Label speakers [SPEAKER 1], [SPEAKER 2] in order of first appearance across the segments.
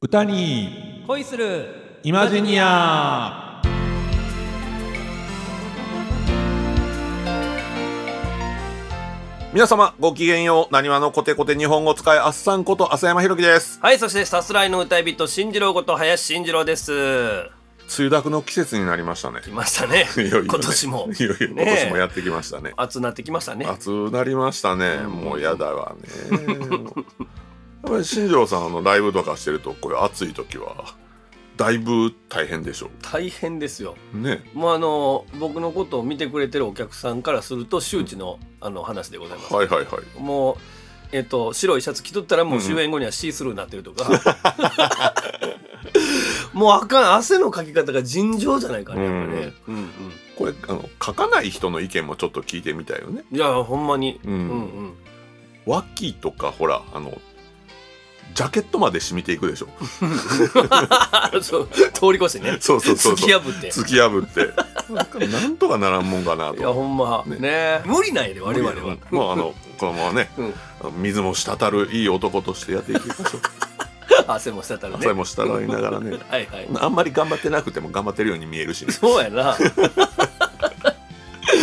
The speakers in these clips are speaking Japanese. [SPEAKER 1] 歌に
[SPEAKER 2] 恋する
[SPEAKER 1] イマジニア皆様ごきげんようなにわのコテコテ日本語使いあっさんこと浅山ひろきです
[SPEAKER 2] はいそしてさすらいの歌い人新次郎こと林新次郎です
[SPEAKER 1] 梅雨だくの季節になりましたね
[SPEAKER 2] 来ましたね
[SPEAKER 1] いよいよね
[SPEAKER 2] 今年も
[SPEAKER 1] いよいよ今
[SPEAKER 2] ねえ
[SPEAKER 1] 年もやってきましたね
[SPEAKER 2] 暑なってきましたね
[SPEAKER 1] 暑なりましたねもうやだわ ねやっぱり新庄さんのライブとかしてるとこういう暑い時はだいぶ大変でしょ
[SPEAKER 2] 大変ですよ
[SPEAKER 1] うね
[SPEAKER 2] もうあの僕のことを見てくれてるお客さんからすると周知の,、あの話でございます、
[SPEAKER 1] はいはいはい
[SPEAKER 2] もうえっと、白いシャツ着とったらもう終演後にはシースルーになってるとか、 もうあかん汗のかき方が尋常じゃないからねやっぱね、うん
[SPEAKER 1] これあの書かない人の意見もちょっと聞いてみたいよね。
[SPEAKER 2] うんいやほんまに、
[SPEAKER 1] う
[SPEAKER 2] うん
[SPEAKER 1] ん
[SPEAKER 2] うん、
[SPEAKER 1] 脇とかほらあのジャケットまで染みていくでしょ。
[SPEAKER 2] そう通り越してね
[SPEAKER 1] そうそう そう
[SPEAKER 2] 突き
[SPEAKER 1] そう。
[SPEAKER 2] 破って
[SPEAKER 1] 突き破って。なんかなんとかならんもんかない
[SPEAKER 2] や
[SPEAKER 1] と。
[SPEAKER 2] ほんま
[SPEAKER 1] ね
[SPEAKER 2] ね無理ないで我々は、
[SPEAKER 1] もうあのこのままね、
[SPEAKER 2] うん
[SPEAKER 1] あの水も滴るいい男としてやっていきましょう。
[SPEAKER 2] 汗もしたた るね
[SPEAKER 1] 汗も滴りながらね
[SPEAKER 2] はいはい
[SPEAKER 1] あんまり頑張ってなくても頑張ってるように見え るし、ね、
[SPEAKER 2] そうやな
[SPEAKER 1] そ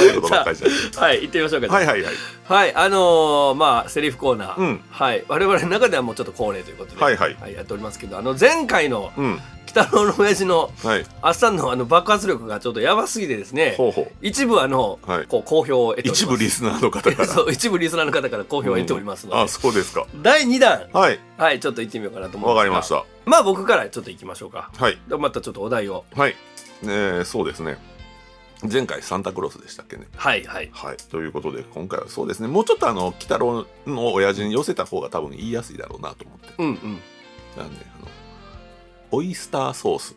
[SPEAKER 1] ういうことばっかりじゃな
[SPEAKER 2] は
[SPEAKER 1] い
[SPEAKER 2] い行ってみましょうか
[SPEAKER 1] はいはいはい。
[SPEAKER 2] はいあのーまあセリフコーナー、
[SPEAKER 1] うん
[SPEAKER 2] はい我々の中ではもうちょっと恒例ということで
[SPEAKER 1] はいはい
[SPEAKER 2] やっておりますけどあの前回の
[SPEAKER 1] うん
[SPEAKER 2] 北郎の親父の
[SPEAKER 1] はい。
[SPEAKER 2] あっさんのあの爆発力がちょっとやばすぎてですね
[SPEAKER 1] ほうほう。
[SPEAKER 2] 一部あの、
[SPEAKER 1] はい
[SPEAKER 2] こう好評を得ております
[SPEAKER 1] 一部リスナーの方か ら。
[SPEAKER 2] そう一部リスナーの方から好評を得ておりますので、
[SPEAKER 1] あそうですか。
[SPEAKER 2] 第2弾
[SPEAKER 1] はい
[SPEAKER 2] はいちょっと行ってみようかなと思い
[SPEAKER 1] わ
[SPEAKER 2] ます
[SPEAKER 1] かりました。
[SPEAKER 2] まあ僕からちょっと行きましょうか
[SPEAKER 1] はい。
[SPEAKER 2] でまたちょっとお題を
[SPEAKER 1] はい、えーそうですね前回サンタクロースでしたっけね
[SPEAKER 2] はいはい
[SPEAKER 1] はいということで今回はそうですねもうちょっとあの鬼太郎の親父に寄せた方が多分言いやすいだろうなと思って
[SPEAKER 2] うんうん
[SPEAKER 1] なんであのオイスターソース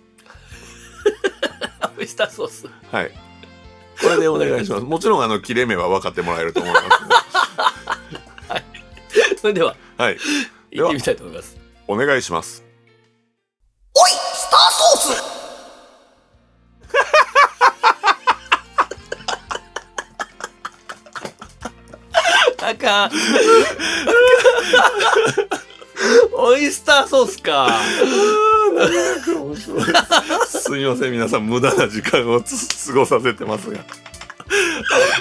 [SPEAKER 2] ウスターソース
[SPEAKER 1] はいこれでお願いしますもちろんあの切れ目は分かってもらえると思いますね、
[SPEAKER 2] それでは
[SPEAKER 1] はいで
[SPEAKER 2] 行っ
[SPEAKER 1] は
[SPEAKER 2] てみたいと思います
[SPEAKER 1] お願いします
[SPEAKER 2] おいスターソースあかんあかんオイスターソースか
[SPEAKER 1] すみません皆さん無駄な時間をつ過ごさせてますが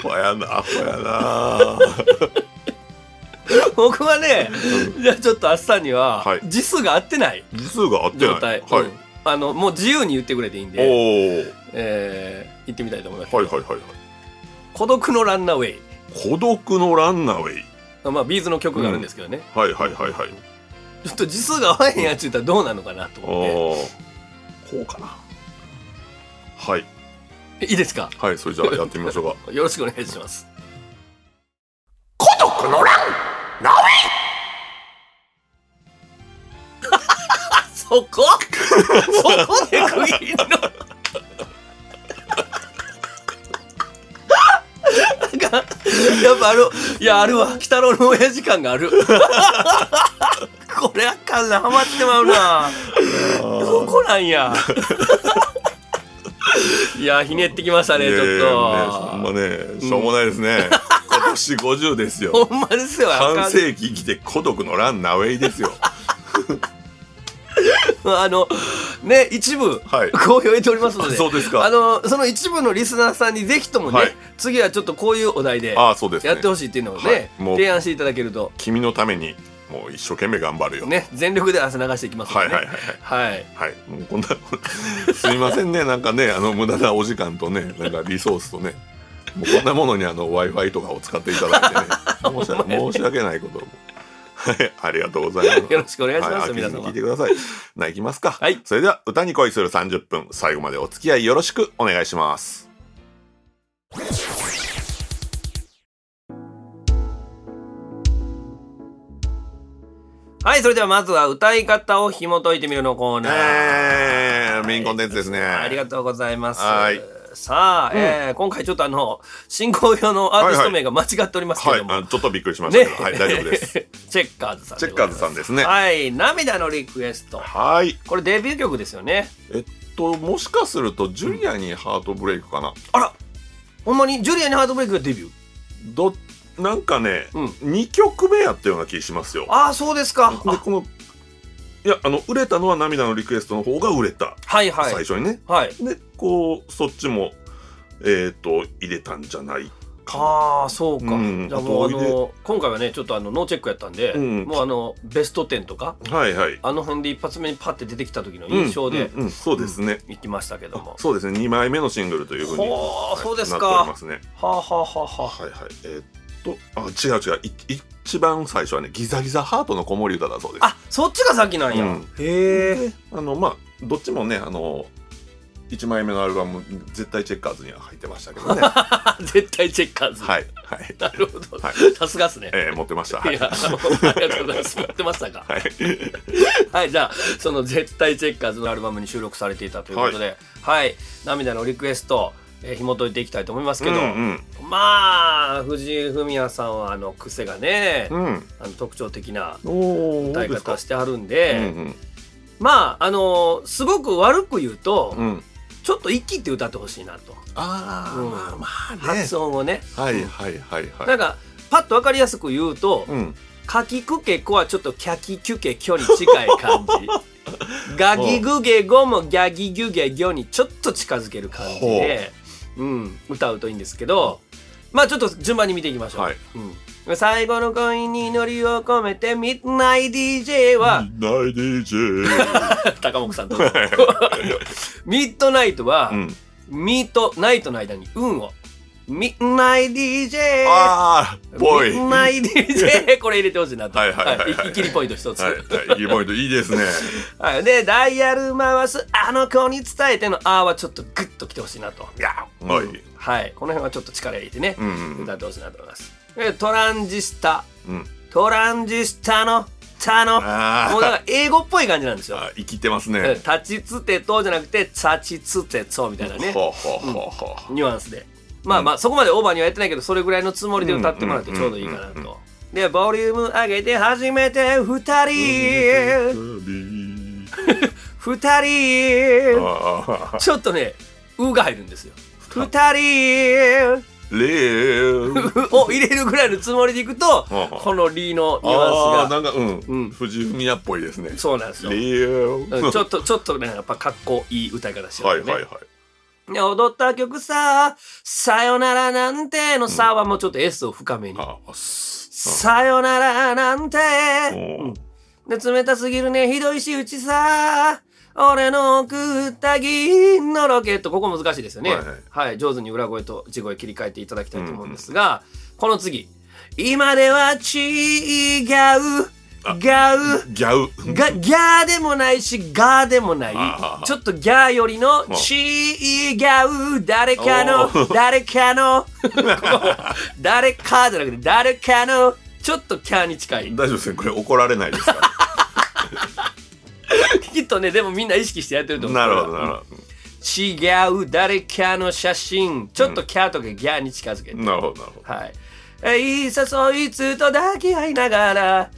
[SPEAKER 1] アホやなアホやな
[SPEAKER 2] 僕はねじゃあちょっとあっさんには
[SPEAKER 1] はい
[SPEAKER 2] 字数が合ってない
[SPEAKER 1] 時数が合ってない
[SPEAKER 2] 状態、
[SPEAKER 1] はい、
[SPEAKER 2] うんあのもう自由に言ってくれていいん
[SPEAKER 1] お
[SPEAKER 2] で、
[SPEAKER 1] お
[SPEAKER 2] えー、言ってみたいと思います、
[SPEAKER 1] はいはいはいはい。
[SPEAKER 2] 孤独のランナーウェイ
[SPEAKER 1] 孤独のランナーウェイ。
[SPEAKER 2] まあビーズの曲があるんですけどね、
[SPEAKER 1] はいはいはいはい。
[SPEAKER 2] ちょっと字数が合わへんやつ言ったらどうなのかなと
[SPEAKER 1] ああ。
[SPEAKER 2] 思っ
[SPEAKER 1] こうかな。はい。
[SPEAKER 2] ていいですか
[SPEAKER 1] はい、それじゃあやってみましょう か。
[SPEAKER 2] よろしくお願いします
[SPEAKER 1] 孤独のランナーウェイ
[SPEAKER 2] そこそこで区切りのなんかやっぱあるいやあるわ鬼太郎の親父感があるこれあかんなハマってまうなそこなんやいやひねってきましたねちょっと、
[SPEAKER 1] ほんまね、しょうもないですね。今年50です よ。
[SPEAKER 2] ほんまですよあかん
[SPEAKER 1] 半世紀生きて孤独のランナーウェイで すよ。
[SPEAKER 2] あのね一部
[SPEAKER 1] はい。
[SPEAKER 2] 好評得ておりますので
[SPEAKER 1] そうです
[SPEAKER 2] あ
[SPEAKER 1] か。
[SPEAKER 2] のその一部のリスナーさんにぜひともね、
[SPEAKER 1] はい
[SPEAKER 2] 次はちょっとこういうお題で
[SPEAKER 1] ああ、そうです
[SPEAKER 2] や
[SPEAKER 1] ね
[SPEAKER 2] って。ほしいっていうのをね、
[SPEAKER 1] はいもう
[SPEAKER 2] 提案していただけると
[SPEAKER 1] 君のために、もう一生懸命頑張るよ。
[SPEAKER 2] ね全力で汗流していきますの
[SPEAKER 1] はい
[SPEAKER 2] で、ね、
[SPEAKER 1] はいはいは
[SPEAKER 2] は
[SPEAKER 1] い。
[SPEAKER 2] い、
[SPEAKER 1] はい、もうこんな、 すみませんね、なんかね、あの無駄なお時間とね、なんかリソースとね。もうこんなものにあの Wi-Fi とかを使っていただいてね、申し訳申し訳ないことを。はい、ありがとうございます。
[SPEAKER 2] よろしくお願いします
[SPEAKER 1] はい、
[SPEAKER 2] 皆
[SPEAKER 1] 飽きずに
[SPEAKER 2] 様
[SPEAKER 1] 聞いてください。な行きますか。
[SPEAKER 2] はい
[SPEAKER 1] それでは歌に恋する30分、最後までお付き合いよろしくお願いします。
[SPEAKER 2] はいそれではまずは歌い方を紐解いてみるのコーナー、
[SPEAKER 1] えー、メインコンテンツですね。
[SPEAKER 2] ありがとうございます
[SPEAKER 1] はい
[SPEAKER 2] さあ、えー今回ちょっとあの進行表のアーティスト名が間違っておりますけ
[SPEAKER 1] はい、
[SPEAKER 2] ども、
[SPEAKER 1] あのちょっとびっくりしました
[SPEAKER 2] ね
[SPEAKER 1] けど、は い、大丈夫です。
[SPEAKER 2] すチェッカーズさん
[SPEAKER 1] チ
[SPEAKER 2] で
[SPEAKER 1] ェッ
[SPEAKER 2] ございま
[SPEAKER 1] カーズ
[SPEAKER 2] す
[SPEAKER 1] さんですね。
[SPEAKER 2] はい涙のリクエスト
[SPEAKER 1] はい。
[SPEAKER 2] これデビュー曲ですよね
[SPEAKER 1] えっと、もしかすると、ジュリアにハートブレイクかな。
[SPEAKER 2] あらほんまにジュリアにハートブレイクがデビュー
[SPEAKER 1] どなんかね、
[SPEAKER 2] うん
[SPEAKER 1] 二2曲目やったような気しますよ。
[SPEAKER 2] ああそうですか
[SPEAKER 1] で
[SPEAKER 2] あ
[SPEAKER 1] このいやあの売れたのは涙のリクエストの方が売れた、
[SPEAKER 2] はいはい
[SPEAKER 1] 最初にね
[SPEAKER 2] はい
[SPEAKER 1] でこうそっちもえっ、と入れたんじゃないか
[SPEAKER 2] ああそうか、
[SPEAKER 1] うん
[SPEAKER 2] じゃあもう
[SPEAKER 1] あ
[SPEAKER 2] あ
[SPEAKER 1] とおいで
[SPEAKER 2] の今回はねちょっとあのノーチェックやったんで、
[SPEAKER 1] うん
[SPEAKER 2] もうあのベスト10とか
[SPEAKER 1] なはいはい
[SPEAKER 2] あの辺で一発目にパッて出てきた時の印象で
[SPEAKER 1] うんうんうんそうですね、
[SPEAKER 2] 行きましたけども、
[SPEAKER 1] そうですね2枚目のシングルというふうに
[SPEAKER 2] ほうそうですか
[SPEAKER 1] なっておりますね
[SPEAKER 2] はあはあはあは
[SPEAKER 1] はいはいえーっとあ違う違うい一番最初はねギザギザハートの子守歌だそうです
[SPEAKER 2] ああそっちが先なんや、
[SPEAKER 1] うん
[SPEAKER 2] へえ
[SPEAKER 1] あのまあどっちもねあの1枚目のアルバム絶対チェッカーズには入ってました けどねは
[SPEAKER 2] 絶対チェッカーズ、
[SPEAKER 1] いはい、はい
[SPEAKER 2] なるほど、
[SPEAKER 1] はい
[SPEAKER 2] さすがっすね、
[SPEAKER 1] えー持ってましたはいい、
[SPEAKER 2] や、ありがとうございます。持ってましたか。
[SPEAKER 1] はい、
[SPEAKER 2] はい、じゃあ、その絶対チェッカーズのアルバムに収録されていたということで、はい、涙のリクエスト、えー、紐解いていきたいと思いますけど、
[SPEAKER 1] うん
[SPEAKER 2] まあ、藤井フミヤさんは、あの、癖がね、
[SPEAKER 1] うんうん
[SPEAKER 2] あの特徴的な
[SPEAKER 1] おお
[SPEAKER 2] 歌い
[SPEAKER 1] です
[SPEAKER 2] 方
[SPEAKER 1] か
[SPEAKER 2] してあるん
[SPEAKER 1] う
[SPEAKER 2] で、
[SPEAKER 1] ん
[SPEAKER 2] まあ、あのすごく悪く言うと、
[SPEAKER 1] うんうん
[SPEAKER 2] ちょっと一気って歌ってほしいなと。
[SPEAKER 1] あー、
[SPEAKER 2] うん
[SPEAKER 1] まあまあね
[SPEAKER 2] 発音をね。
[SPEAKER 1] はいはいはいはい
[SPEAKER 2] なんか、パッとわかりやすく言うと、
[SPEAKER 1] うん
[SPEAKER 2] かきくけこはちょっとキャキキュケキョに近い感じ ガギグゲゴもギャギギュゲギョにちょっと近づける感じで、うん、歌うといいんですけどまあちょっと順番に見ていきましょう、
[SPEAKER 1] はい
[SPEAKER 2] うん最後の恋に祈りを込めてミッドナイ DJ は、
[SPEAKER 1] ミッドナイト DJ
[SPEAKER 2] 高木さんどうぞミッドナイトは、
[SPEAKER 1] うん
[SPEAKER 2] ミートナイトの間に運をミッドナイ DJ
[SPEAKER 1] ああぽい
[SPEAKER 2] ミッドナイ DJ これ入れてほしいなと
[SPEAKER 1] はいはいはいはい
[SPEAKER 2] いいき りポイント一つ、
[SPEAKER 1] はいはいいいポイントいいですね
[SPEAKER 2] はい、でダイヤル回すあの子に伝えての「あ」はちょっとグッときてほしいなと
[SPEAKER 1] いやはいうん
[SPEAKER 2] はいこの辺はちょっと力入れてね、
[SPEAKER 1] うんうん
[SPEAKER 2] 歌ってほしいなと思いますでトランジスタ
[SPEAKER 1] うん
[SPEAKER 2] トランジスタの「た」のも
[SPEAKER 1] あ
[SPEAKER 2] うだか
[SPEAKER 1] ー
[SPEAKER 2] ら英語っぽい感じなんですよ
[SPEAKER 1] あ生きてます
[SPEAKER 2] うん
[SPEAKER 1] ね
[SPEAKER 2] 立ちつてとじゃなくて立ちつてとみたいなね
[SPEAKER 1] ほうほうほうほう
[SPEAKER 2] ニュアンスでまあまあそこまでオーバーにはやってないけどそれぐらいのつもりで歌ってもらうとちょうどいいかな
[SPEAKER 1] うんうんうんうん
[SPEAKER 2] とでボリューム上げて初めて2人2人
[SPEAKER 1] あ あ
[SPEAKER 2] ちょっとね、うが入るんですよ。二人
[SPEAKER 1] レー
[SPEAKER 2] うを入れるぐらいのつもりでいくと、
[SPEAKER 1] はあ
[SPEAKER 2] このリのニュア
[SPEAKER 1] あ
[SPEAKER 2] ン
[SPEAKER 1] あ
[SPEAKER 2] スが、
[SPEAKER 1] なんかうん、
[SPEAKER 2] うん
[SPEAKER 1] 藤井フミヤっぽいですね
[SPEAKER 2] そうなんですよ。
[SPEAKER 1] レー
[SPEAKER 2] うんちょっと、ちょっとね、やっぱかっこいい歌い方して
[SPEAKER 1] は
[SPEAKER 2] るよ
[SPEAKER 1] い
[SPEAKER 2] ね。
[SPEAKER 1] はいはい
[SPEAKER 2] で踊った曲さ、さよならなんてのさはもうちょっと S を深めに。
[SPEAKER 1] ああす
[SPEAKER 2] さよならなんて、
[SPEAKER 1] おー
[SPEAKER 2] うんで、冷たすぎるね、ひどい仕打ちさ。俺の送った銀のロケット、ここ難しいですよね。
[SPEAKER 1] は
[SPEAKER 2] はいい、
[SPEAKER 1] はい
[SPEAKER 2] 上手に裏声と地声切り替えていただきたいと思うんですが、この次。今では違う、ガウ、
[SPEAKER 1] ギャウ
[SPEAKER 2] が、ギャーでもないし、ガーでもない
[SPEAKER 1] あー。
[SPEAKER 2] ちょっとギャーよりの、
[SPEAKER 1] ん
[SPEAKER 2] 違う、誰か
[SPEAKER 1] お
[SPEAKER 2] の、
[SPEAKER 1] ー
[SPEAKER 2] 誰かの、誰かじゃなくて、誰かの、ちょっとキャーに近い。
[SPEAKER 1] 大丈夫ですねこれ怒られないで すか
[SPEAKER 2] きっとね、でもみんな意識してやってると思う。
[SPEAKER 1] なるほどなる
[SPEAKER 2] 違う、誰かの写真。ちょっとキャーとかギャーに近づけて。
[SPEAKER 1] ほどなるほどなるほど
[SPEAKER 2] はい。えいい誘いつと抱き合いながら、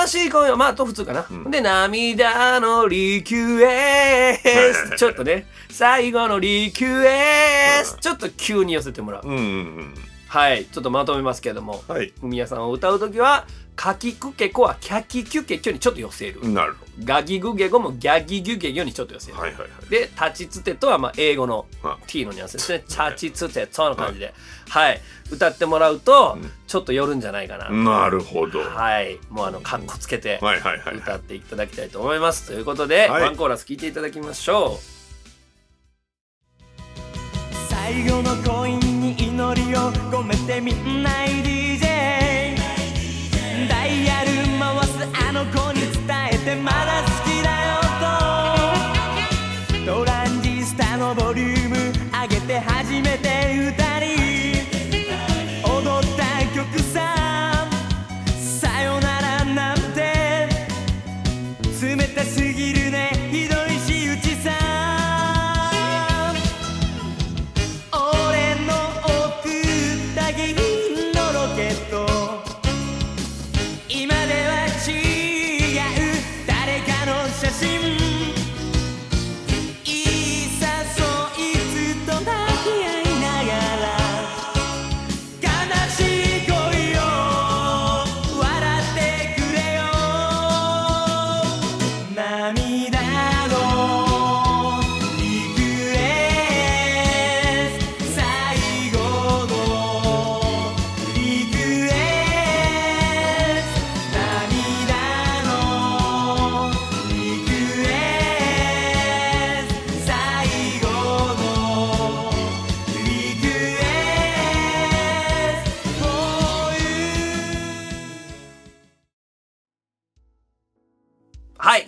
[SPEAKER 2] 悲しい恋を、まあ、と普通かな。
[SPEAKER 1] うん
[SPEAKER 2] で、涙のリクエスト。ちょっとね、最後のリクエスト。ちょっと急に寄せてもらう。
[SPEAKER 1] うんうん
[SPEAKER 2] はい。ちょっとまとめますけれども、
[SPEAKER 1] うんはい
[SPEAKER 2] ふみやさんを歌うときは、かきくけこはキャキキュケキョにちょっと寄せる。
[SPEAKER 1] なるほ
[SPEAKER 2] ガギグゲゴもギャギギュゲギョにちょっと寄せる
[SPEAKER 1] ど。はいはいはい
[SPEAKER 2] で、立ちつてとはまあ英語の
[SPEAKER 1] は
[SPEAKER 2] t のニュアンス ですね。立ちつてとの感じで、はい、歌ってもらうと
[SPEAKER 1] うん、
[SPEAKER 2] ちょっと寄るんじゃないかな。
[SPEAKER 1] なるほどは
[SPEAKER 2] はい、もうあの、かっこつけて
[SPEAKER 1] いはいはいはい
[SPEAKER 2] 歌っていただきたいと思います。ということで、
[SPEAKER 1] はい
[SPEAKER 2] ワンコーラス聴いていただきましょう。
[SPEAKER 3] 最後の恋に祈りを込めてみんな DJ ダイヤル回すあの子に伝えてまだ好きだよとトランジスタのボリューム上げて初めて二人踊った曲ささよならなんて冷たすぎるねひどい仕打ちさ俺の送った銀のロケット今では違う誰かの写真いい誘いずっと抱き合いながら悲しい恋を笑ってくれよ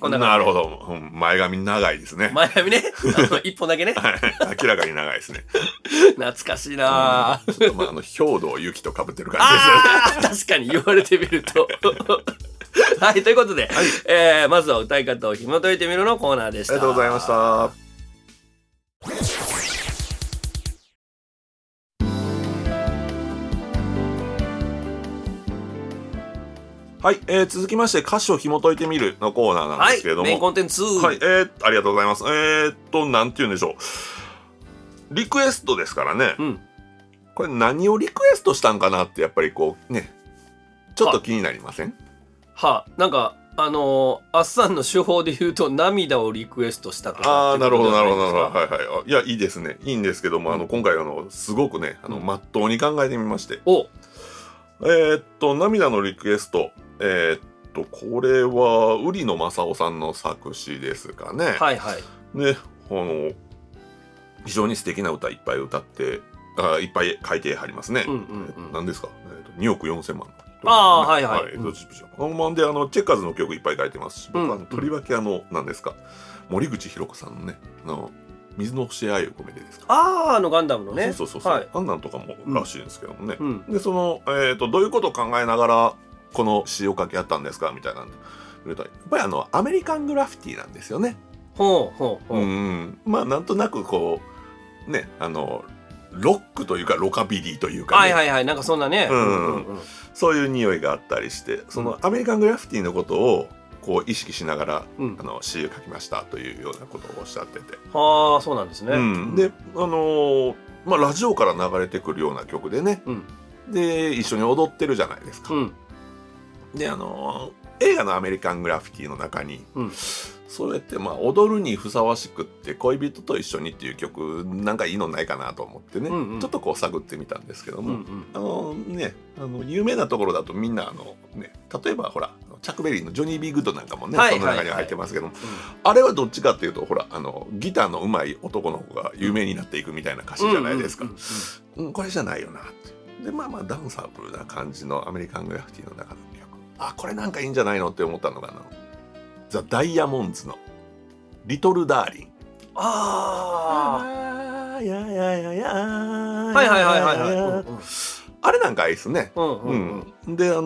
[SPEAKER 2] こんな
[SPEAKER 1] な
[SPEAKER 2] 感
[SPEAKER 1] る
[SPEAKER 2] じ
[SPEAKER 1] ほど。うん前髪長いですね。
[SPEAKER 2] 前髪 ねあの一本だけね
[SPEAKER 1] はい明らかに長いですね。
[SPEAKER 2] 懐かしいなあ、
[SPEAKER 1] ちょっとまあ、あの、兵道ゆきと被ってる感じですよね。
[SPEAKER 2] あー確かに言われてみると はいということで、えーまずは歌い方を紐解いてみるのコーナーでした
[SPEAKER 1] ありがとうございました。はい、えー続きまして歌詞を紐解いてみるのコーナーなん
[SPEAKER 2] は
[SPEAKER 1] で
[SPEAKER 2] い
[SPEAKER 1] すけれど
[SPEAKER 2] メイン
[SPEAKER 1] も、
[SPEAKER 2] コンテンツ、
[SPEAKER 1] はい、えー、ありがとうございます。えー、っと、なんて言うんでしょう。リクエストですからね、
[SPEAKER 2] うん
[SPEAKER 1] これ何をリクエストしたんかなって、やっぱりこう、ね、ちょっと気になりません
[SPEAKER 2] はあなんかあのー、あっさんの手法で言うと涙をリクエストしたとか
[SPEAKER 1] ああ、なるほど、なるほど、なるほど。
[SPEAKER 2] ど
[SPEAKER 1] はいはいあ。いや、いいですね。いいんですけども、あの、今回、あの、すごくね、あの、
[SPEAKER 2] うん
[SPEAKER 1] まっとうに考えてみまして。
[SPEAKER 2] お
[SPEAKER 1] えーっと、涙のリクエスト。えーっと、これは、瓜野正夫さんの作詞ですかね。
[SPEAKER 2] はいはい
[SPEAKER 1] ね、あの、非常に素敵な歌いっぱい歌って、あいっぱい書いてはりますね。
[SPEAKER 2] うんうんう
[SPEAKER 1] え
[SPEAKER 2] ん
[SPEAKER 1] 何ですか、えーっと2億4千万の
[SPEAKER 2] あーはいはい
[SPEAKER 1] えーっとジブジこのまんであのチェッカーズの曲いっぱい書いてますし、僕はあの
[SPEAKER 2] うん
[SPEAKER 1] とりわけあの何ですか森口博子さんのねあの水の星愛を込めてですか
[SPEAKER 2] あああのガンダムのね
[SPEAKER 1] そうそうそうそう、
[SPEAKER 2] はい
[SPEAKER 1] あんなんとかもらしいんですけどもね、
[SPEAKER 2] うん
[SPEAKER 1] でその、えーっとどういうことを考えながらこの詩を書き合ったんですかみたいなんで言うとやっぱりあのアメリカングラフィティなんですよね
[SPEAKER 2] ほうほうほう、
[SPEAKER 1] うんうん、まあなんとなくこうねあのロックというかロカビリーというか、ね
[SPEAKER 2] はいはいはいなんかそんなね、
[SPEAKER 1] うん
[SPEAKER 2] うん
[SPEAKER 1] そういう匂いがあったりしてそのアメリカングラフィティのことをこう意識しながら、
[SPEAKER 2] うん
[SPEAKER 1] あの詩を書きましたというようなことをおっしゃってて、
[SPEAKER 2] はあそうなんですね、
[SPEAKER 1] うん、であのーまあラジオから流れてくるような曲でね、
[SPEAKER 2] うん
[SPEAKER 1] で一緒に踊ってるじゃないですか。
[SPEAKER 2] うん
[SPEAKER 1] であのー映画の「アメリカン・グラフィティ」の中に、
[SPEAKER 2] うん
[SPEAKER 1] そうやって、まあ、踊るにふさわしくって恋人と一緒にっていう曲なんかいいのないかなと思ってね、
[SPEAKER 2] うんうん
[SPEAKER 1] ちょっとこう探ってみたんですけど
[SPEAKER 2] うんう
[SPEAKER 1] も、
[SPEAKER 2] ん
[SPEAKER 1] あのねあの有名なところだとみんなあの、ね、例えばほらチャック・ベリーの「ジョニー・ビー・グッド」なんかもね、
[SPEAKER 2] はい
[SPEAKER 1] その中には入ってますけども、
[SPEAKER 2] う
[SPEAKER 1] あれはどっちかっていうとほらあのギターの上手い男の子が有名になっていくみたいな歌詞じゃないですか。
[SPEAKER 2] うんうんうんうん
[SPEAKER 1] うん、これじゃないよなって。で、まあまあ、ダンサブルな感じのアメリカングラフィティの中の曲。あ、これなんかいいんじゃないのって思ったのが、あの、ザ・ダイヤモンズの、リトル・ダーリン。
[SPEAKER 2] あ
[SPEAKER 1] あー、いやいやいやいや
[SPEAKER 2] あ
[SPEAKER 1] は
[SPEAKER 2] はいはいはいはいはいうん
[SPEAKER 1] あれなんかいいですね。
[SPEAKER 2] うんう
[SPEAKER 1] うん
[SPEAKER 2] うん
[SPEAKER 1] ん。で、あの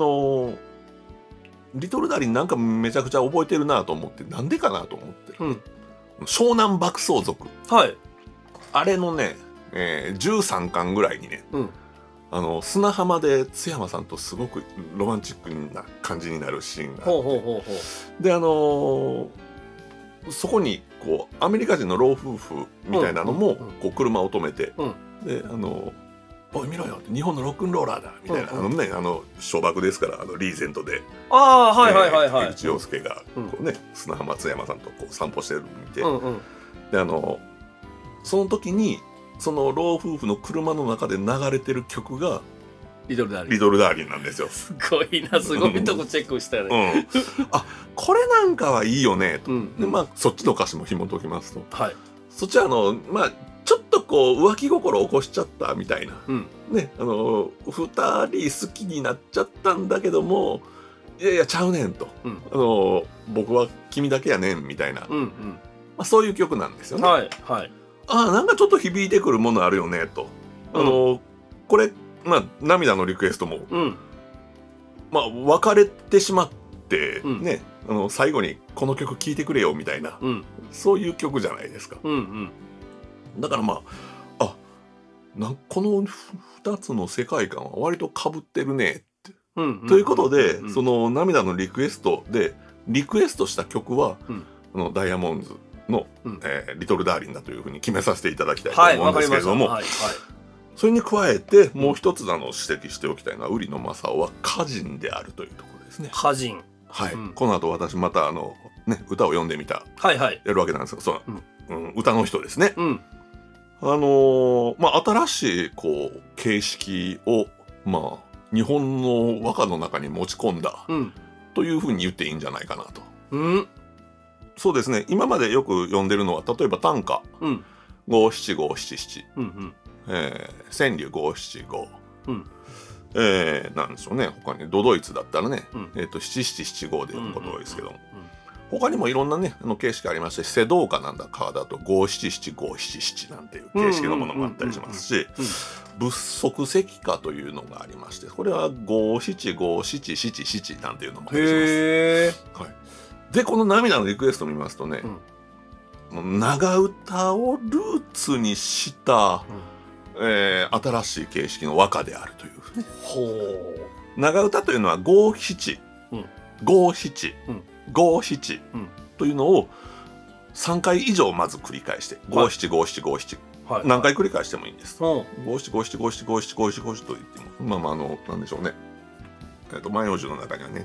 [SPEAKER 1] ーリトル・ダーリンなんかめちゃくちゃ覚えてるなと思って、なんでかなと思って。
[SPEAKER 2] うん
[SPEAKER 1] 湘南爆走族。
[SPEAKER 2] はい
[SPEAKER 1] あれのね、えー13巻ぐらいにね、
[SPEAKER 2] うん
[SPEAKER 1] あの砂浜で津山さんとすごくロマンチックな感じになるシーンが
[SPEAKER 2] ほうほうほうほう
[SPEAKER 1] であのーそこにこうアメリカ人の老夫婦みたいなの
[SPEAKER 2] う
[SPEAKER 1] も、
[SPEAKER 2] んうんうん
[SPEAKER 1] こう車を止めて、
[SPEAKER 2] うん
[SPEAKER 1] であのーおい見ろよ日本のロックンローラーだみたいな、
[SPEAKER 2] うんうん
[SPEAKER 1] あのねあの小爆ですからあのリーゼントで、
[SPEAKER 2] ああはいはいはいは
[SPEAKER 1] えー
[SPEAKER 2] い
[SPEAKER 1] 菊池陽介が
[SPEAKER 2] うん
[SPEAKER 1] こう、ね砂浜津山さんとこう散歩してるのを見て、
[SPEAKER 2] うんうん
[SPEAKER 1] であのその時にその老夫婦の車の中で流れてる曲が
[SPEAKER 2] リトルダーリ
[SPEAKER 1] 「リ
[SPEAKER 2] ン
[SPEAKER 1] トル・ダーリン」なんですよ。
[SPEAKER 2] すごいなすごいとこチェックした
[SPEAKER 1] う
[SPEAKER 2] ね
[SPEAKER 1] ん、 あこれなんかはいいよねと。
[SPEAKER 2] うん
[SPEAKER 1] でまあそっちの歌詞も紐解きますと
[SPEAKER 2] はい
[SPEAKER 1] そっちはあのまあちょっとこう浮気心を起こしちゃったみたいな
[SPEAKER 2] うん
[SPEAKER 1] ねあの2人好きになっちゃったんだけどもいやいやちゃうねんと、
[SPEAKER 2] うん
[SPEAKER 1] あの僕は君だけやねんみたいな、
[SPEAKER 2] う
[SPEAKER 1] ま
[SPEAKER 2] ん
[SPEAKER 1] あ、そういう曲なんです
[SPEAKER 2] う
[SPEAKER 1] よ
[SPEAKER 2] ん
[SPEAKER 1] ね。
[SPEAKER 2] はいはい
[SPEAKER 1] ああなんかちょっと響いてくるものあるよねと。あの、これまあ涙のリクエストも
[SPEAKER 2] うん
[SPEAKER 1] まあ、別れてしまって、
[SPEAKER 2] うん
[SPEAKER 1] ねあの最後にこの曲聴いてくれよみたいな
[SPEAKER 2] うん
[SPEAKER 1] そういう曲じゃないですか
[SPEAKER 2] うんうん
[SPEAKER 1] だからまああなんこの2つの世界観は割とかぶってるね、
[SPEAKER 2] うんうん
[SPEAKER 1] ということで、
[SPEAKER 2] うん
[SPEAKER 1] その涙のリクエストでリクエストした曲は、
[SPEAKER 2] うん
[SPEAKER 1] あのダイヤモンズの、
[SPEAKER 2] うん
[SPEAKER 1] えーリトル・ダーリン」だというふうに決めさせていただきた
[SPEAKER 2] はいい
[SPEAKER 1] と思
[SPEAKER 2] わ
[SPEAKER 1] うん
[SPEAKER 2] か
[SPEAKER 1] で
[SPEAKER 2] り
[SPEAKER 1] す
[SPEAKER 2] ま
[SPEAKER 1] けれ
[SPEAKER 2] したは
[SPEAKER 1] ど
[SPEAKER 2] い
[SPEAKER 1] も、
[SPEAKER 2] はい
[SPEAKER 1] それに加えてもう一つあの指摘しておきたいのは瓜野正夫は歌人であるというところですね。
[SPEAKER 2] 歌人
[SPEAKER 1] はい、
[SPEAKER 2] うん
[SPEAKER 1] この後私またあの、ね、歌を読んでみた
[SPEAKER 2] はいはい
[SPEAKER 1] やるわけなんですけどその、うん歌の人ですね。
[SPEAKER 2] うん
[SPEAKER 1] あのーまあ、新しいこう形式を、まあ、日本の和歌の中に持ち込んだ
[SPEAKER 2] うん
[SPEAKER 1] というふうに言っていいんじゃないかなと。
[SPEAKER 2] うん
[SPEAKER 1] そうですね今までよく読んでるのは例えば短歌
[SPEAKER 2] うん
[SPEAKER 1] 五七五七七
[SPEAKER 2] うんうん
[SPEAKER 1] えー川柳五七五
[SPEAKER 2] うん
[SPEAKER 1] えーなんでしょうね他に「都々逸」だったらね、
[SPEAKER 2] うん
[SPEAKER 1] えー、と七七七五で読むことが多いですけども、
[SPEAKER 2] うん
[SPEAKER 1] 他にもいろんなねあの形式ありまして瀬戸岡なんだかだと五七七五七七なんていう形式のものもあったりしますし
[SPEAKER 2] うんうん
[SPEAKER 1] 仏足石化というのがありましてこれは五七五七七七なんていうのもあったりします。
[SPEAKER 2] へえ
[SPEAKER 1] はい、でこの涙のリクエストを見ますとね、もう長唄をルーツにした、えー新しい形式の和歌であるという、ね、
[SPEAKER 2] ほ
[SPEAKER 1] 長唄というのは五七
[SPEAKER 2] うん
[SPEAKER 1] 五七
[SPEAKER 2] うん
[SPEAKER 1] 五七
[SPEAKER 2] うん
[SPEAKER 1] というのを3回以上まず繰り返して五七五七五七
[SPEAKER 2] うはい
[SPEAKER 1] 何回繰り返してもいいんです
[SPEAKER 2] うん
[SPEAKER 1] 五七五七五七五七五七五七と言ってもまあまああのなんでしょうねえっと万葉集の中にはね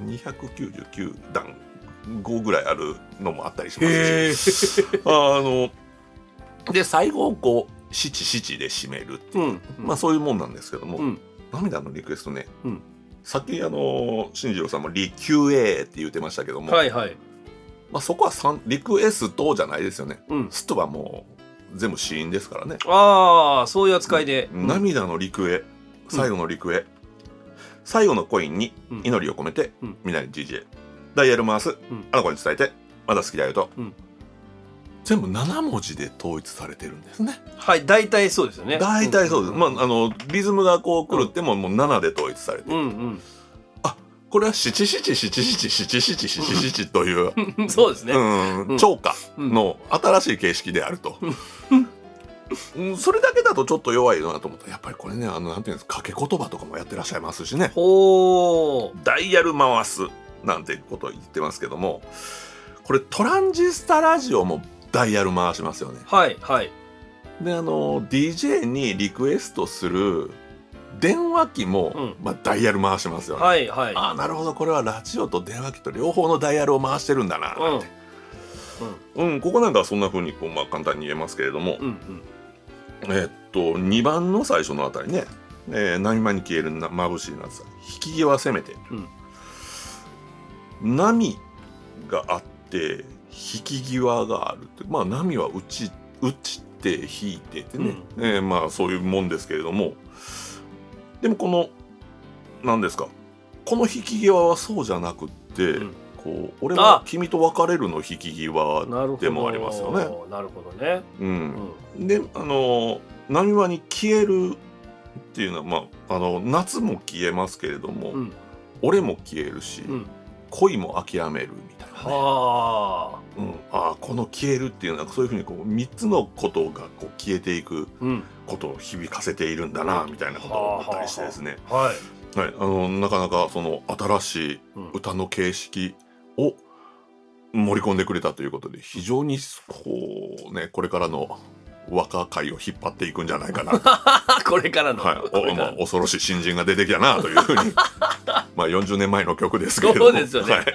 [SPEAKER 1] 299段5ぐらいあるのもあったりしますし
[SPEAKER 2] ー
[SPEAKER 1] あので最後をこう七七で締めるっていう、
[SPEAKER 2] うん
[SPEAKER 1] まあそういうもんなんですけども、
[SPEAKER 2] うん
[SPEAKER 1] 涙のリクエストね、
[SPEAKER 2] うん
[SPEAKER 1] さっきあの進次郎さんも「リキュエー」って言ってましたけども、
[SPEAKER 2] はいはい
[SPEAKER 1] まあ、そこは三リクエストじゃないですよね
[SPEAKER 2] うん
[SPEAKER 1] ストはもう全部死因ですからね
[SPEAKER 2] ああそういう扱いでうん
[SPEAKER 1] 涙の陸へ最後の陸へ、最後のコインに
[SPEAKER 2] うん
[SPEAKER 1] 祈りを込めて、
[SPEAKER 2] うん
[SPEAKER 1] みんなに GJ ダイヤル回す、
[SPEAKER 2] ん
[SPEAKER 1] あの子に伝えてまだ好きだよと、
[SPEAKER 2] うん
[SPEAKER 1] 全部7文字で統一されてるんですね
[SPEAKER 2] はい大体そうですよね
[SPEAKER 1] 大体そうです、
[SPEAKER 2] ん
[SPEAKER 1] まああのリズムがこう狂っても、もう7で統一されてる、
[SPEAKER 2] うん
[SPEAKER 1] これは七七七七七七七七七という、
[SPEAKER 2] うんそうですね
[SPEAKER 1] うん、超歌の新しい形式であると。うん、それだけだとちょっと弱いなと思ったらやっぱりこれねあのなんていうんですか掛け言葉とかもやってらっしゃいますしね
[SPEAKER 2] ほ
[SPEAKER 1] 「ダイヤル回す」なんてことを言ってますけどもこれトランジスタラジオもダイヤル回しますよね
[SPEAKER 2] うはいはい
[SPEAKER 1] であの DJ にリクエストする電話機も、
[SPEAKER 2] うん
[SPEAKER 1] まあ、ダイヤル回しますよね、
[SPEAKER 2] はいはい
[SPEAKER 1] ああなるほどこれはラジオと電話機と両方のダイヤルを回してるんだな
[SPEAKER 2] うんうん
[SPEAKER 1] うん、ここなんかはそんな風にこうまあ簡単に言えますけれども、
[SPEAKER 2] うん
[SPEAKER 1] えっと2番の最初のあたりね「えー、波間に消えるな眩しい夏さ引き際攻めて」波があって引き際がある」ってまあ波は打ち打ちって引いてってね、えーまあそういうもんですけれどもでもこの何ですかこの引き際はそうじゃなくって、
[SPEAKER 2] うん
[SPEAKER 1] こう俺は君と別れるの引き際
[SPEAKER 2] うんなるほど
[SPEAKER 1] でもありますよね。
[SPEAKER 2] なるほどね
[SPEAKER 1] うん
[SPEAKER 2] うん
[SPEAKER 1] であの波間に消えるっていうのは、まあ、あの夏も消えますけれども、
[SPEAKER 2] うん
[SPEAKER 1] 俺も消えるし、
[SPEAKER 2] うん
[SPEAKER 1] 恋も諦めるみたいな、ね
[SPEAKER 2] はあ
[SPEAKER 1] うん、ああこの消えるっていうのはそういうふうにこう3つのことがこう消えていく
[SPEAKER 2] うん
[SPEAKER 1] ことを響かせているんだなみたいなことを思ったりしてですね、
[SPEAKER 2] はい
[SPEAKER 1] はい、あのなかなかその新しい
[SPEAKER 2] うん
[SPEAKER 1] 歌の形式を盛り込んでくれたということで非常にこうねこれからの若会を引っ張っていくんじゃないかなと
[SPEAKER 2] これからの。
[SPEAKER 1] はい、
[SPEAKER 2] これか
[SPEAKER 1] おま
[SPEAKER 2] ら
[SPEAKER 1] あ
[SPEAKER 2] の、
[SPEAKER 1] 恐ろしい新人が出てきたなというふう にまあ40年前の曲ですけれども
[SPEAKER 2] そうですよね
[SPEAKER 1] はい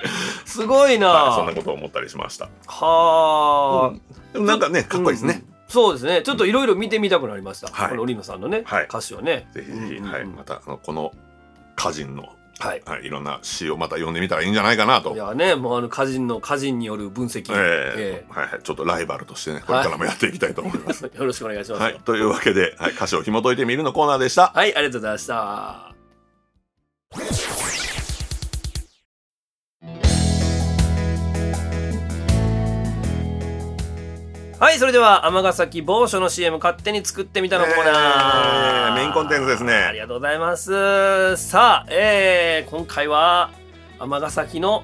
[SPEAKER 2] すごいな。
[SPEAKER 1] はい、そん
[SPEAKER 2] は
[SPEAKER 1] なことを思ったりしました、
[SPEAKER 2] あ、
[SPEAKER 1] でもなんかねかっこいいですね、
[SPEAKER 2] うん。そうですね。ちょっといろいろ見てみたくなりました。
[SPEAKER 1] はい
[SPEAKER 2] このリノさんのね、
[SPEAKER 1] はい
[SPEAKER 2] 歌詞をね。
[SPEAKER 1] ぜひぜひ、
[SPEAKER 2] うんうんうん
[SPEAKER 1] はい、またあのこの歌人の、
[SPEAKER 2] はい。
[SPEAKER 1] はい、いろんな詩をまた読んでみたらいいんじゃないかなと
[SPEAKER 2] い、やね、もうあの歌人の歌人による分析、
[SPEAKER 1] え
[SPEAKER 2] え
[SPEAKER 1] ーはいはい、ちょっとライバルとしてねこれからもやっていきたいと思います、
[SPEAKER 2] えよろしくお願いします。
[SPEAKER 1] は
[SPEAKER 2] はいい、、
[SPEAKER 1] というわけで、はい、歌詞を紐解いてみるのコーナーでした
[SPEAKER 2] ありがとうございました。はい、それでは尼崎某所の CM 勝手に作ってみたのコーナー、
[SPEAKER 1] えーメインコンテンツですね
[SPEAKER 2] ありがとうございます。さあ、えー今回は尼崎の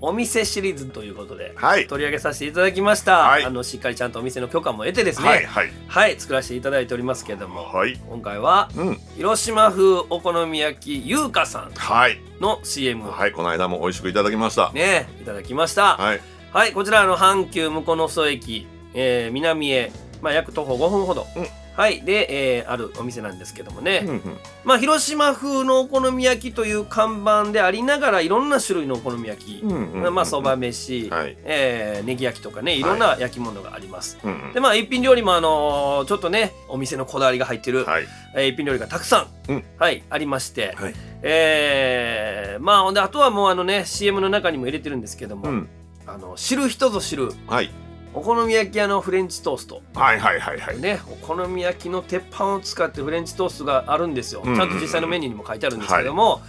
[SPEAKER 2] お店シリーズということで
[SPEAKER 1] はい
[SPEAKER 2] 取り上げさせていただきました。
[SPEAKER 1] はい
[SPEAKER 2] あのしっかりちゃんとお店の許可も得てですね、は
[SPEAKER 1] はい
[SPEAKER 2] い、
[SPEAKER 1] はい
[SPEAKER 2] 作らせていただいておりますけれども、
[SPEAKER 1] はい
[SPEAKER 2] 今回は
[SPEAKER 1] うん
[SPEAKER 2] 広島風お好み焼き優香さん
[SPEAKER 1] はい、
[SPEAKER 2] の CM を
[SPEAKER 1] はい、この間も美味しくいただきました、
[SPEAKER 2] ねいただきましたはい、
[SPEAKER 1] はい
[SPEAKER 2] こちらあの阪急向曽駅、えー南へ、まあ、約徒歩5分ほど、
[SPEAKER 1] うん
[SPEAKER 2] はいで、えーあるお店なんですけどもね、
[SPEAKER 1] うんうん
[SPEAKER 2] まあ、広島風のお好み焼きという看板でありながらいろんな種類のお好み焼き、
[SPEAKER 1] うんうんうん
[SPEAKER 2] まあそば飯、
[SPEAKER 1] はい
[SPEAKER 2] えーネギ焼きとかねいろんな焼き物があります、
[SPEAKER 1] うんうん
[SPEAKER 2] でまあ一品料理もあのーちょっとねお店のこだわりが入ってる、
[SPEAKER 1] はい
[SPEAKER 2] えー一品料理がたくさん、
[SPEAKER 1] うん
[SPEAKER 2] はい、ありまして、
[SPEAKER 1] はい
[SPEAKER 2] えーまあほんであとはもうあのね CM の中にも入れてるんですけども、
[SPEAKER 1] うん
[SPEAKER 2] あの知る人ぞ知る
[SPEAKER 1] はい
[SPEAKER 2] お好み焼き屋のフレンチトースト、
[SPEAKER 1] はいはいはいはい。
[SPEAKER 2] ね、お好み焼きの鉄板を使ってフレンチトーストがあるんですよ、
[SPEAKER 1] うんうんう
[SPEAKER 2] ちゃ
[SPEAKER 1] ん
[SPEAKER 2] んと実際のメニューにも書いてあるんですけども、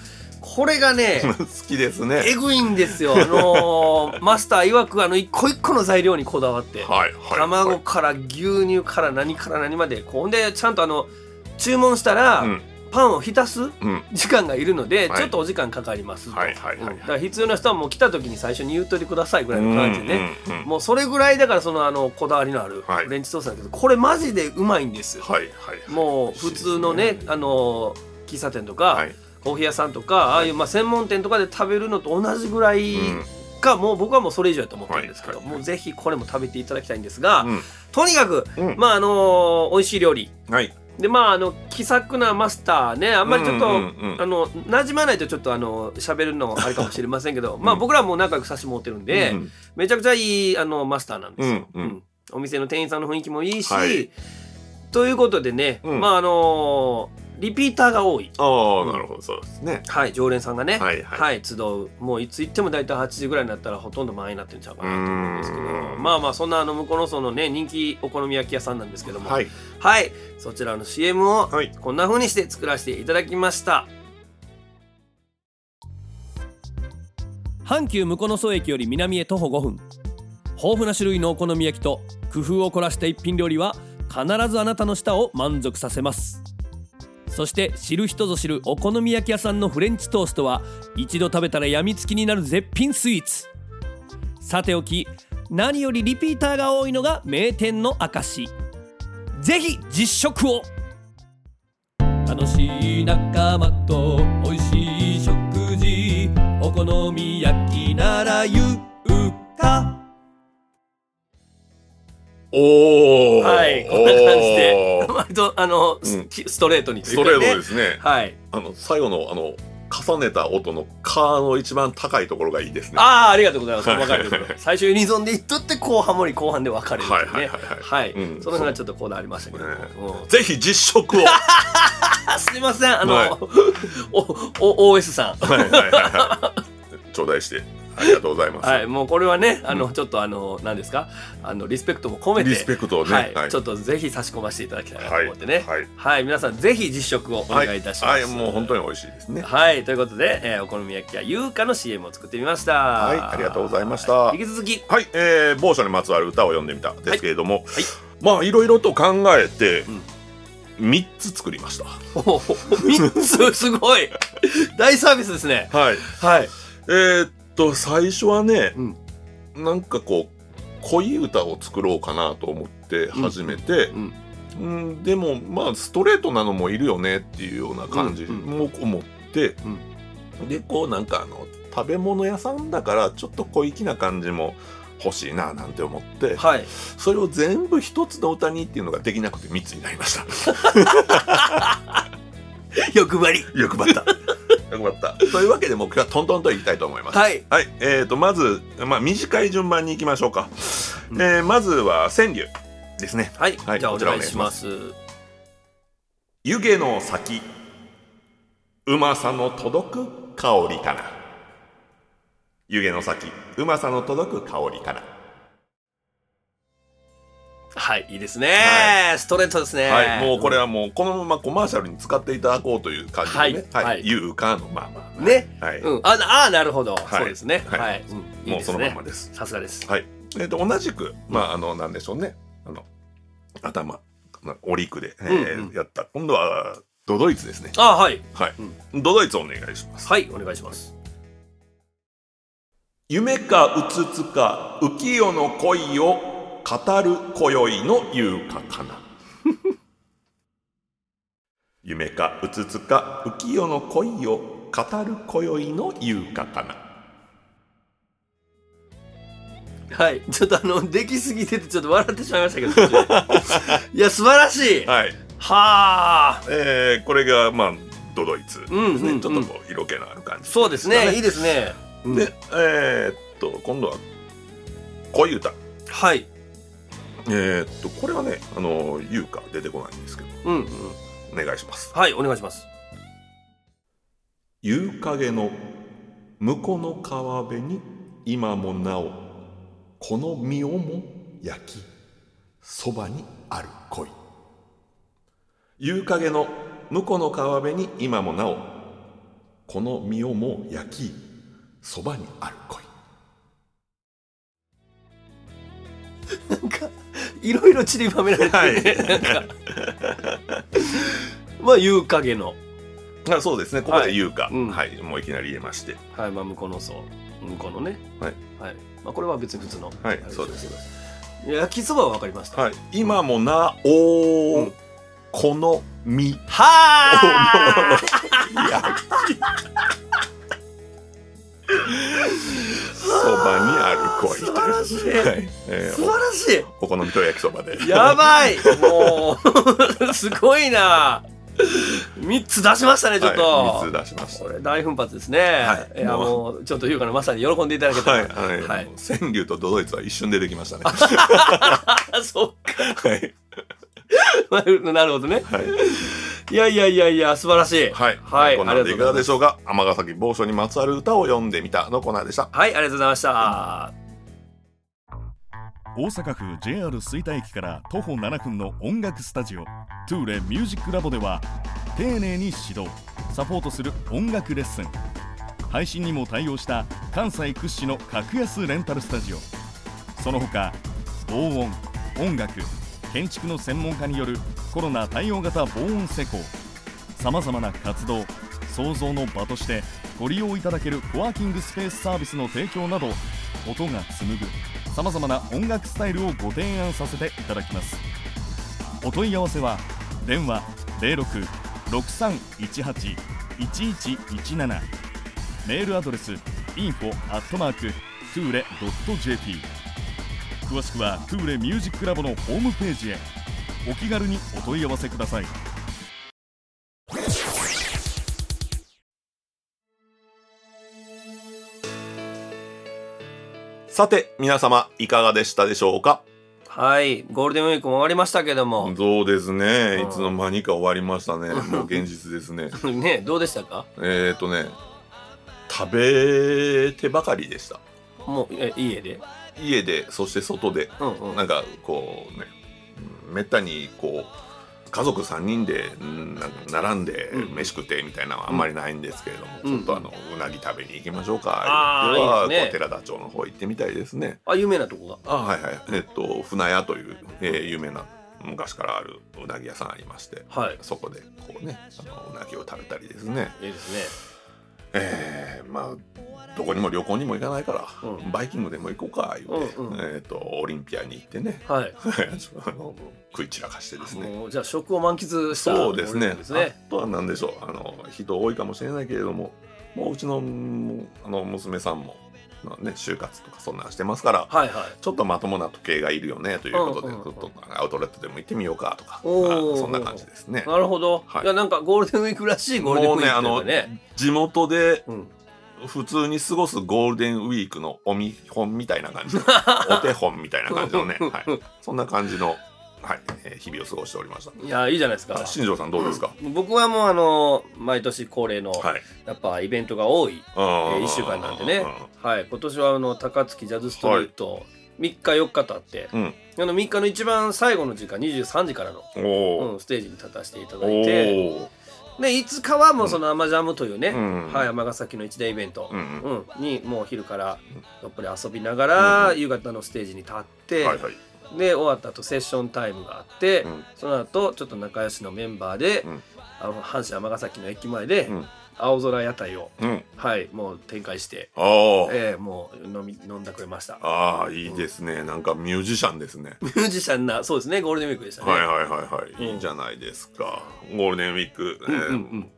[SPEAKER 2] これが ね
[SPEAKER 1] 好きですね
[SPEAKER 2] えぐいんですよあのーマスター曰くあの一個一個の材料にこだわって
[SPEAKER 1] はいはい
[SPEAKER 2] 卵
[SPEAKER 1] はい
[SPEAKER 2] から牛乳から何から何までこうほんでちゃんとあの注文したら、
[SPEAKER 1] うん
[SPEAKER 2] パンを浸す
[SPEAKER 1] うん
[SPEAKER 2] 時間がいるので、
[SPEAKER 1] はい
[SPEAKER 2] ちょっとお時間かかりますと、
[SPEAKER 1] はいはいはいはい
[SPEAKER 2] うんだから必要な人はもう来た時に最初に言っといてくださいぐらいの感じでね、
[SPEAKER 1] うんうんうん
[SPEAKER 2] もうそれぐらいだからそのあのこだわりのある
[SPEAKER 1] はい
[SPEAKER 2] フレンチトーストだけど、これマジでうまいんですよ、
[SPEAKER 1] はいはい
[SPEAKER 2] もう普通のねあの喫茶店とか、
[SPEAKER 1] はい
[SPEAKER 2] コーヒー屋さんとかああいうまあ専門店とかで食べるのと同じぐらい
[SPEAKER 1] うん
[SPEAKER 2] か、もう僕はもうそれ以上やと思ってるんですけど、
[SPEAKER 1] はいはい
[SPEAKER 2] もうぜひこれも食べていただきたいんですが、
[SPEAKER 1] うん
[SPEAKER 2] とにかく、
[SPEAKER 1] うん
[SPEAKER 2] まああの美味しい料理
[SPEAKER 1] はい
[SPEAKER 2] でまああの気さくなマスターねあんまりちょっと、
[SPEAKER 1] うんうんうん
[SPEAKER 2] あの馴染まないとちょっとあの喋るのあれかもしれませんけど、まあ僕らも仲良くさせてもらってるんで、
[SPEAKER 1] うん
[SPEAKER 2] めちゃくちゃいいあのマスターなんですよ、
[SPEAKER 1] うんうん
[SPEAKER 2] お店の店員さんの雰囲気もいいし、
[SPEAKER 1] はい
[SPEAKER 2] ということでね、
[SPEAKER 1] うん
[SPEAKER 2] まああのリピーターが多い、
[SPEAKER 1] ああなるほどそうですね
[SPEAKER 2] はい、常連さんがね、
[SPEAKER 1] はい
[SPEAKER 2] は
[SPEAKER 1] はい
[SPEAKER 2] い、集うもういつ行っても大体8時ぐらいになったらほとんど満員になってるんちゃうかなと思うんですけど
[SPEAKER 1] うーん
[SPEAKER 2] まあまあそんなあの向こうのそのね人気お好み焼き屋さんなんですけども
[SPEAKER 1] はい
[SPEAKER 2] はい、そちらの CM を
[SPEAKER 1] はい
[SPEAKER 2] こんな風にして作らせていただきました阪急向野荘駅より南へ徒歩5分豊富な種類のお好み焼きと工夫を凝らした一品料理は必ずあなたの舌を満足させますそして知る人ぞ知るお好み焼き屋さんのフレンチトーストは一度食べたら病みつきになる絶品スイーツさておき何よりリピーターが多いのが名店の証ぜひ実食を楽しい仲間と美味しい食事お好み焼きならゆうか
[SPEAKER 1] おお
[SPEAKER 2] はいこんな感じで
[SPEAKER 1] おー
[SPEAKER 2] 割とあの、ス
[SPEAKER 1] うん
[SPEAKER 2] ストレートに
[SPEAKER 1] ストレートですすね
[SPEAKER 2] はい
[SPEAKER 1] あの最後のあの重ねた音の「カ」の一番高いところがいいですねは
[SPEAKER 2] ああありがとうございます
[SPEAKER 1] はい
[SPEAKER 2] 分かるところ最初ユニゾンで言っとって後半もり後半で分かれ
[SPEAKER 1] い
[SPEAKER 2] る
[SPEAKER 1] は
[SPEAKER 2] っ
[SPEAKER 1] い
[SPEAKER 2] て
[SPEAKER 1] はいいう
[SPEAKER 2] ね
[SPEAKER 1] はい
[SPEAKER 2] はい、
[SPEAKER 1] うん
[SPEAKER 2] その辺はちょっとコーナーありましたけど、
[SPEAKER 1] ね
[SPEAKER 2] うん
[SPEAKER 1] ぜひ実食を
[SPEAKER 2] あすいませんあの、
[SPEAKER 1] はい
[SPEAKER 2] おお OS さん
[SPEAKER 1] はいはいはいはい頂戴してありがとうございます、
[SPEAKER 2] はい、もうこれはね、あの、ちょっとあの、何ですか、あの、リスペクトも込めて、
[SPEAKER 1] リスペクトをね
[SPEAKER 2] はい、
[SPEAKER 1] はい
[SPEAKER 2] ちょっとぜひ差し込ませていただきたいなと
[SPEAKER 1] はい
[SPEAKER 2] 思ってね。はい、
[SPEAKER 1] はい
[SPEAKER 2] 皆さんぜひ実食をお願いいたします。
[SPEAKER 1] はい、はいもう本当に美味しいですね
[SPEAKER 2] はい、ということで、えーお好み焼きや優香の CM を作ってみました。
[SPEAKER 1] は
[SPEAKER 2] はい
[SPEAKER 1] ありがとうございました
[SPEAKER 2] 引き続き、
[SPEAKER 1] はい、えー、某所にまつわる歌を読んでみたですけれども、
[SPEAKER 2] はい
[SPEAKER 1] まあいろいろと考えて3つ作りました、
[SPEAKER 2] おお3つ、すごい 大サービスですね。
[SPEAKER 1] はい
[SPEAKER 2] はい。
[SPEAKER 1] えー、っと最初はね
[SPEAKER 2] う、ん。
[SPEAKER 1] なんかこう濃い歌を作ろうかなと思って始めて、
[SPEAKER 2] うん。
[SPEAKER 1] うん、でもまあストレートなのもいるよねっていうような感じ
[SPEAKER 2] うん
[SPEAKER 1] も思って、でこうなんかあの食べ物屋さんだからちょっと小粋な感じも欲しいななんて思って、
[SPEAKER 2] はい。
[SPEAKER 1] それを全部一つの歌にっていうのができなくて3つになりました
[SPEAKER 2] 欲張り。
[SPEAKER 1] 欲張 った欲張ったというわけで目標はトントンといきたいと思います
[SPEAKER 2] はい。
[SPEAKER 1] はい、えー、とまず、まあ、短い順番にいきましょうか、
[SPEAKER 2] うん
[SPEAKER 1] えーまずは川柳ですね
[SPEAKER 2] はい。
[SPEAKER 1] はい
[SPEAKER 2] じゃあお
[SPEAKER 1] こちらお
[SPEAKER 2] 願い
[SPEAKER 1] 願い
[SPEAKER 2] し
[SPEAKER 1] し
[SPEAKER 2] ま。
[SPEAKER 1] ます湯気の先うまさの届く香りかな湯気の先うまさの届く香りかな、
[SPEAKER 2] はい、いいですね、
[SPEAKER 1] は
[SPEAKER 2] ストレートですね。
[SPEAKER 1] はいもうこれはもうこのままコマーシャルに使っていただこうという感じでね
[SPEAKER 2] はい
[SPEAKER 1] は
[SPEAKER 2] はい
[SPEAKER 1] い、ゆうかのまま
[SPEAKER 2] うん。ね。
[SPEAKER 1] はい、
[SPEAKER 2] うん、ああなるほど、
[SPEAKER 1] はい
[SPEAKER 2] そうですねは、
[SPEAKER 1] はいい
[SPEAKER 2] うん、いい
[SPEAKER 1] もう
[SPEAKER 2] で
[SPEAKER 1] そ
[SPEAKER 2] す
[SPEAKER 1] のまん
[SPEAKER 2] ね
[SPEAKER 1] まです
[SPEAKER 2] さすがです
[SPEAKER 1] はい、えー、と同じくまああのなんでしょうねあの頭まあ折りくで、えー
[SPEAKER 2] うんうん
[SPEAKER 1] やった今度はドドイツですね
[SPEAKER 2] あはい
[SPEAKER 1] はい、
[SPEAKER 2] う
[SPEAKER 1] ドドイツお願いします
[SPEAKER 2] はいお願いします
[SPEAKER 1] 夢かうつつか浮世の恋を語る今宵の優香か な夢かうつつか浮世の恋を語る今宵の優香かな
[SPEAKER 2] はいちょっとあのできすぎててちょっと笑ってしまいましたけど途中でいや素晴らしいは
[SPEAKER 1] はい、
[SPEAKER 2] あ
[SPEAKER 1] えーこれがまあドドイツですね、
[SPEAKER 2] うんうんうん
[SPEAKER 1] ちょっとこう色気のある感じ
[SPEAKER 2] そうですねいいですねうん
[SPEAKER 1] でえーっと今度は恋歌
[SPEAKER 2] はい
[SPEAKER 1] えーっとこれはねあの優香出てこないんですけど
[SPEAKER 2] うん、うん、
[SPEAKER 1] お願いします
[SPEAKER 2] はいお願いします
[SPEAKER 1] 夕影の向こうの川辺に今もなおこの身をも焼きそばにある恋夕影の向こうの川辺に今もなおこの身をもう焼きそばにある恋
[SPEAKER 2] なんかいろいろ散りばめられてるね、
[SPEAKER 1] はい
[SPEAKER 2] なんかまあ夕影の、
[SPEAKER 1] あそうですねここ
[SPEAKER 2] は
[SPEAKER 1] で
[SPEAKER 2] い
[SPEAKER 1] 言うか、はい
[SPEAKER 2] うん
[SPEAKER 1] もういきなり言えまして
[SPEAKER 2] はいまあ、向こうの層向こうのね
[SPEAKER 1] はい、
[SPEAKER 2] はいまあ、これは別に普通の、
[SPEAKER 1] は
[SPEAKER 2] あ
[SPEAKER 1] い
[SPEAKER 2] れ
[SPEAKER 1] そうです
[SPEAKER 2] 焼きそばは分かりました
[SPEAKER 1] はい、今もなお、
[SPEAKER 2] うん
[SPEAKER 1] この身
[SPEAKER 2] はー
[SPEAKER 1] そばにある恋
[SPEAKER 2] 素晴らしい
[SPEAKER 1] はいえー
[SPEAKER 2] 素晴らしい
[SPEAKER 1] おお好みと焼きそばで
[SPEAKER 2] やばいもう すごいな3つ出しましたねちょっと、
[SPEAKER 1] はい、3つ出しました
[SPEAKER 2] これ大奮発ですね、
[SPEAKER 1] はい
[SPEAKER 2] い、やもうちょっと優香のまさに喜んでいただけたら、
[SPEAKER 1] はい、はい、
[SPEAKER 2] はい
[SPEAKER 1] もう川柳とドドイツは一瞬出てきましたね。
[SPEAKER 2] あ そ
[SPEAKER 1] はい、
[SPEAKER 2] うかなるほどね
[SPEAKER 1] はい、
[SPEAKER 2] いやいやいやいや素晴らしい
[SPEAKER 1] はい、
[SPEAKER 2] はい
[SPEAKER 1] こんなのでいかがでし
[SPEAKER 2] ょう
[SPEAKER 1] ょうか。天ヶ崎某所にまつわる歌を読んでみたのコーナーでした。
[SPEAKER 2] はいありがとうございました、
[SPEAKER 4] 大阪府 JR 吹田駅から徒歩7分の音楽スタジオトゥーレミュージックラボでは丁寧に指導サポートする音楽レッスン配信にも対応した関西屈指の格安レンタルスタジオその他防音音楽建築の専門家によるコロナ対応型防音施工さまざまな活動創造の場としてご利用いただけるコワーキングスペースサービスの提供など音が紡ぐさまざまな音楽スタイルをご提案させていただきますお問い合わせは電話0663181117メールアドレス info at mark tule.jp 詳しくは Tule ミュージックラボのホームページへお気軽にお問い合わせください
[SPEAKER 1] さて、皆様いかがでしたでしょうか。
[SPEAKER 2] はいゴールデンウィークも終わりましたけども、
[SPEAKER 1] そうですね。
[SPEAKER 2] うん
[SPEAKER 1] いつの間にか終わりました ね。もう現実ですね。
[SPEAKER 2] ねどうでしたか
[SPEAKER 1] えっとね、食べてばかりでした。
[SPEAKER 2] もうえ家で
[SPEAKER 1] 家で、そして外で、
[SPEAKER 2] うんうん
[SPEAKER 1] なんかこうね、うんめったにこう。家族3人でうんなんか並んで
[SPEAKER 2] うん
[SPEAKER 1] 飯食ってみたいなのはあんまりないんですけれども、
[SPEAKER 2] うん
[SPEAKER 1] ちょっとあのうなぎ食べに行きましょう
[SPEAKER 2] あー
[SPEAKER 1] か、
[SPEAKER 2] いいですね
[SPEAKER 1] こう寺田町の方行ってみたいですね。
[SPEAKER 2] あ有名なとこが
[SPEAKER 1] あはいはいえっと船屋という、えー有名な昔からあるうなぎ屋さんありまして
[SPEAKER 2] はい
[SPEAKER 1] そこでこうねあのうなぎを食べたりですね
[SPEAKER 2] いいですね
[SPEAKER 1] えーまあどこにも旅行にも行かないから、
[SPEAKER 2] うん
[SPEAKER 1] バイキングでも行こうか言って、
[SPEAKER 2] うんうん
[SPEAKER 1] えっとオリンピアに行ってね
[SPEAKER 2] はい
[SPEAKER 1] あの食い散らかしてですね
[SPEAKER 2] もうじゃあ食を満喫した
[SPEAKER 1] そうです
[SPEAKER 2] ゴールデンウィ
[SPEAKER 1] ね
[SPEAKER 2] ークですね
[SPEAKER 1] あとは何でしょうあの人多いかもしれないけれどももううちのもうあの娘さんも、まあね、就活とかそんなんしてますから、
[SPEAKER 2] はいはい
[SPEAKER 1] ちょっとまともな時計がいるよねということで、
[SPEAKER 2] うんうんうん
[SPEAKER 1] ちょっとアウトレットでも行ってみようかとか、
[SPEAKER 2] おー
[SPEAKER 1] まあそんな感じですね。
[SPEAKER 2] なるほど、
[SPEAKER 1] はい
[SPEAKER 2] い、やなんかゴールデンウィークらしいゴールデンウィーク
[SPEAKER 1] もう
[SPEAKER 2] だ
[SPEAKER 1] ね
[SPEAKER 2] ね
[SPEAKER 1] 地元で
[SPEAKER 2] うん、
[SPEAKER 1] 普通に過ごすゴールデンウィークのお見本みたい な感じのお手本みたいな感じのね、はい、そんな感じの、はいえー日々を過ごしておりました。
[SPEAKER 2] いやいいじゃないですか
[SPEAKER 1] あ新庄さんどうですか、
[SPEAKER 2] 僕はもうあの毎年恒例の、
[SPEAKER 1] はい、
[SPEAKER 2] やっぱイベントが多い、え
[SPEAKER 1] あ
[SPEAKER 2] 1週間なんでね、はい、今年はあの高槻ジャズストリート、3日4日経って、
[SPEAKER 1] うん
[SPEAKER 2] あの3日の一番最後の時間23時からの、
[SPEAKER 1] おお
[SPEAKER 2] うん、ステージに立たせていた
[SPEAKER 1] ー、
[SPEAKER 2] だいて
[SPEAKER 1] お
[SPEAKER 2] で5日はもうその「アマジャム」というね、
[SPEAKER 1] ーうん
[SPEAKER 2] はい、尼崎の一大イベント
[SPEAKER 1] う、ん
[SPEAKER 2] うんにもう昼からやっぱり遊びながら、
[SPEAKER 1] うん
[SPEAKER 2] 夕方のステージに立っ
[SPEAKER 1] う
[SPEAKER 2] て、
[SPEAKER 1] ん、はいはい、
[SPEAKER 2] で終わった後セッションタイムがあって、
[SPEAKER 1] うん
[SPEAKER 2] その後ちょっと仲良しのメンバーで、
[SPEAKER 1] うん
[SPEAKER 2] あの阪神尼崎の駅前で、
[SPEAKER 1] うん
[SPEAKER 2] 青空屋台を、
[SPEAKER 1] うん、
[SPEAKER 2] はい、もう展開して、
[SPEAKER 1] あー、
[SPEAKER 2] えーもう飲み飲んだくれました
[SPEAKER 1] あーいいですねなんかミュージシャンですね。
[SPEAKER 2] ミュージシャンなそうですねゴールデンウィークでしたね、
[SPEAKER 1] はいはいはいはい、
[SPEAKER 2] うん
[SPEAKER 1] いいじゃないですかゴールデンウィーク、えー
[SPEAKER 2] うんうん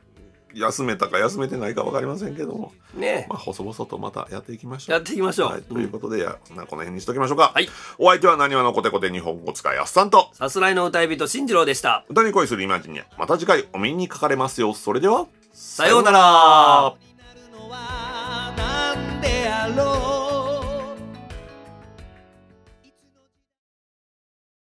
[SPEAKER 1] 休めたか休めてないか分かりませんけども、
[SPEAKER 2] うん、ね
[SPEAKER 1] まあ、細々とまたやっていきましょ
[SPEAKER 2] やっ
[SPEAKER 1] う。
[SPEAKER 2] ていきましょう、
[SPEAKER 1] はい、ということで、やまあこの辺にしときましょうか、
[SPEAKER 2] はい
[SPEAKER 1] お相手はなにわのコテコテ日本語使いあっさんと
[SPEAKER 2] さすらいの歌い人進次郎でした
[SPEAKER 1] 歌に恋するイマジニアまた次回お目にかかれますよそれでは
[SPEAKER 2] さようなら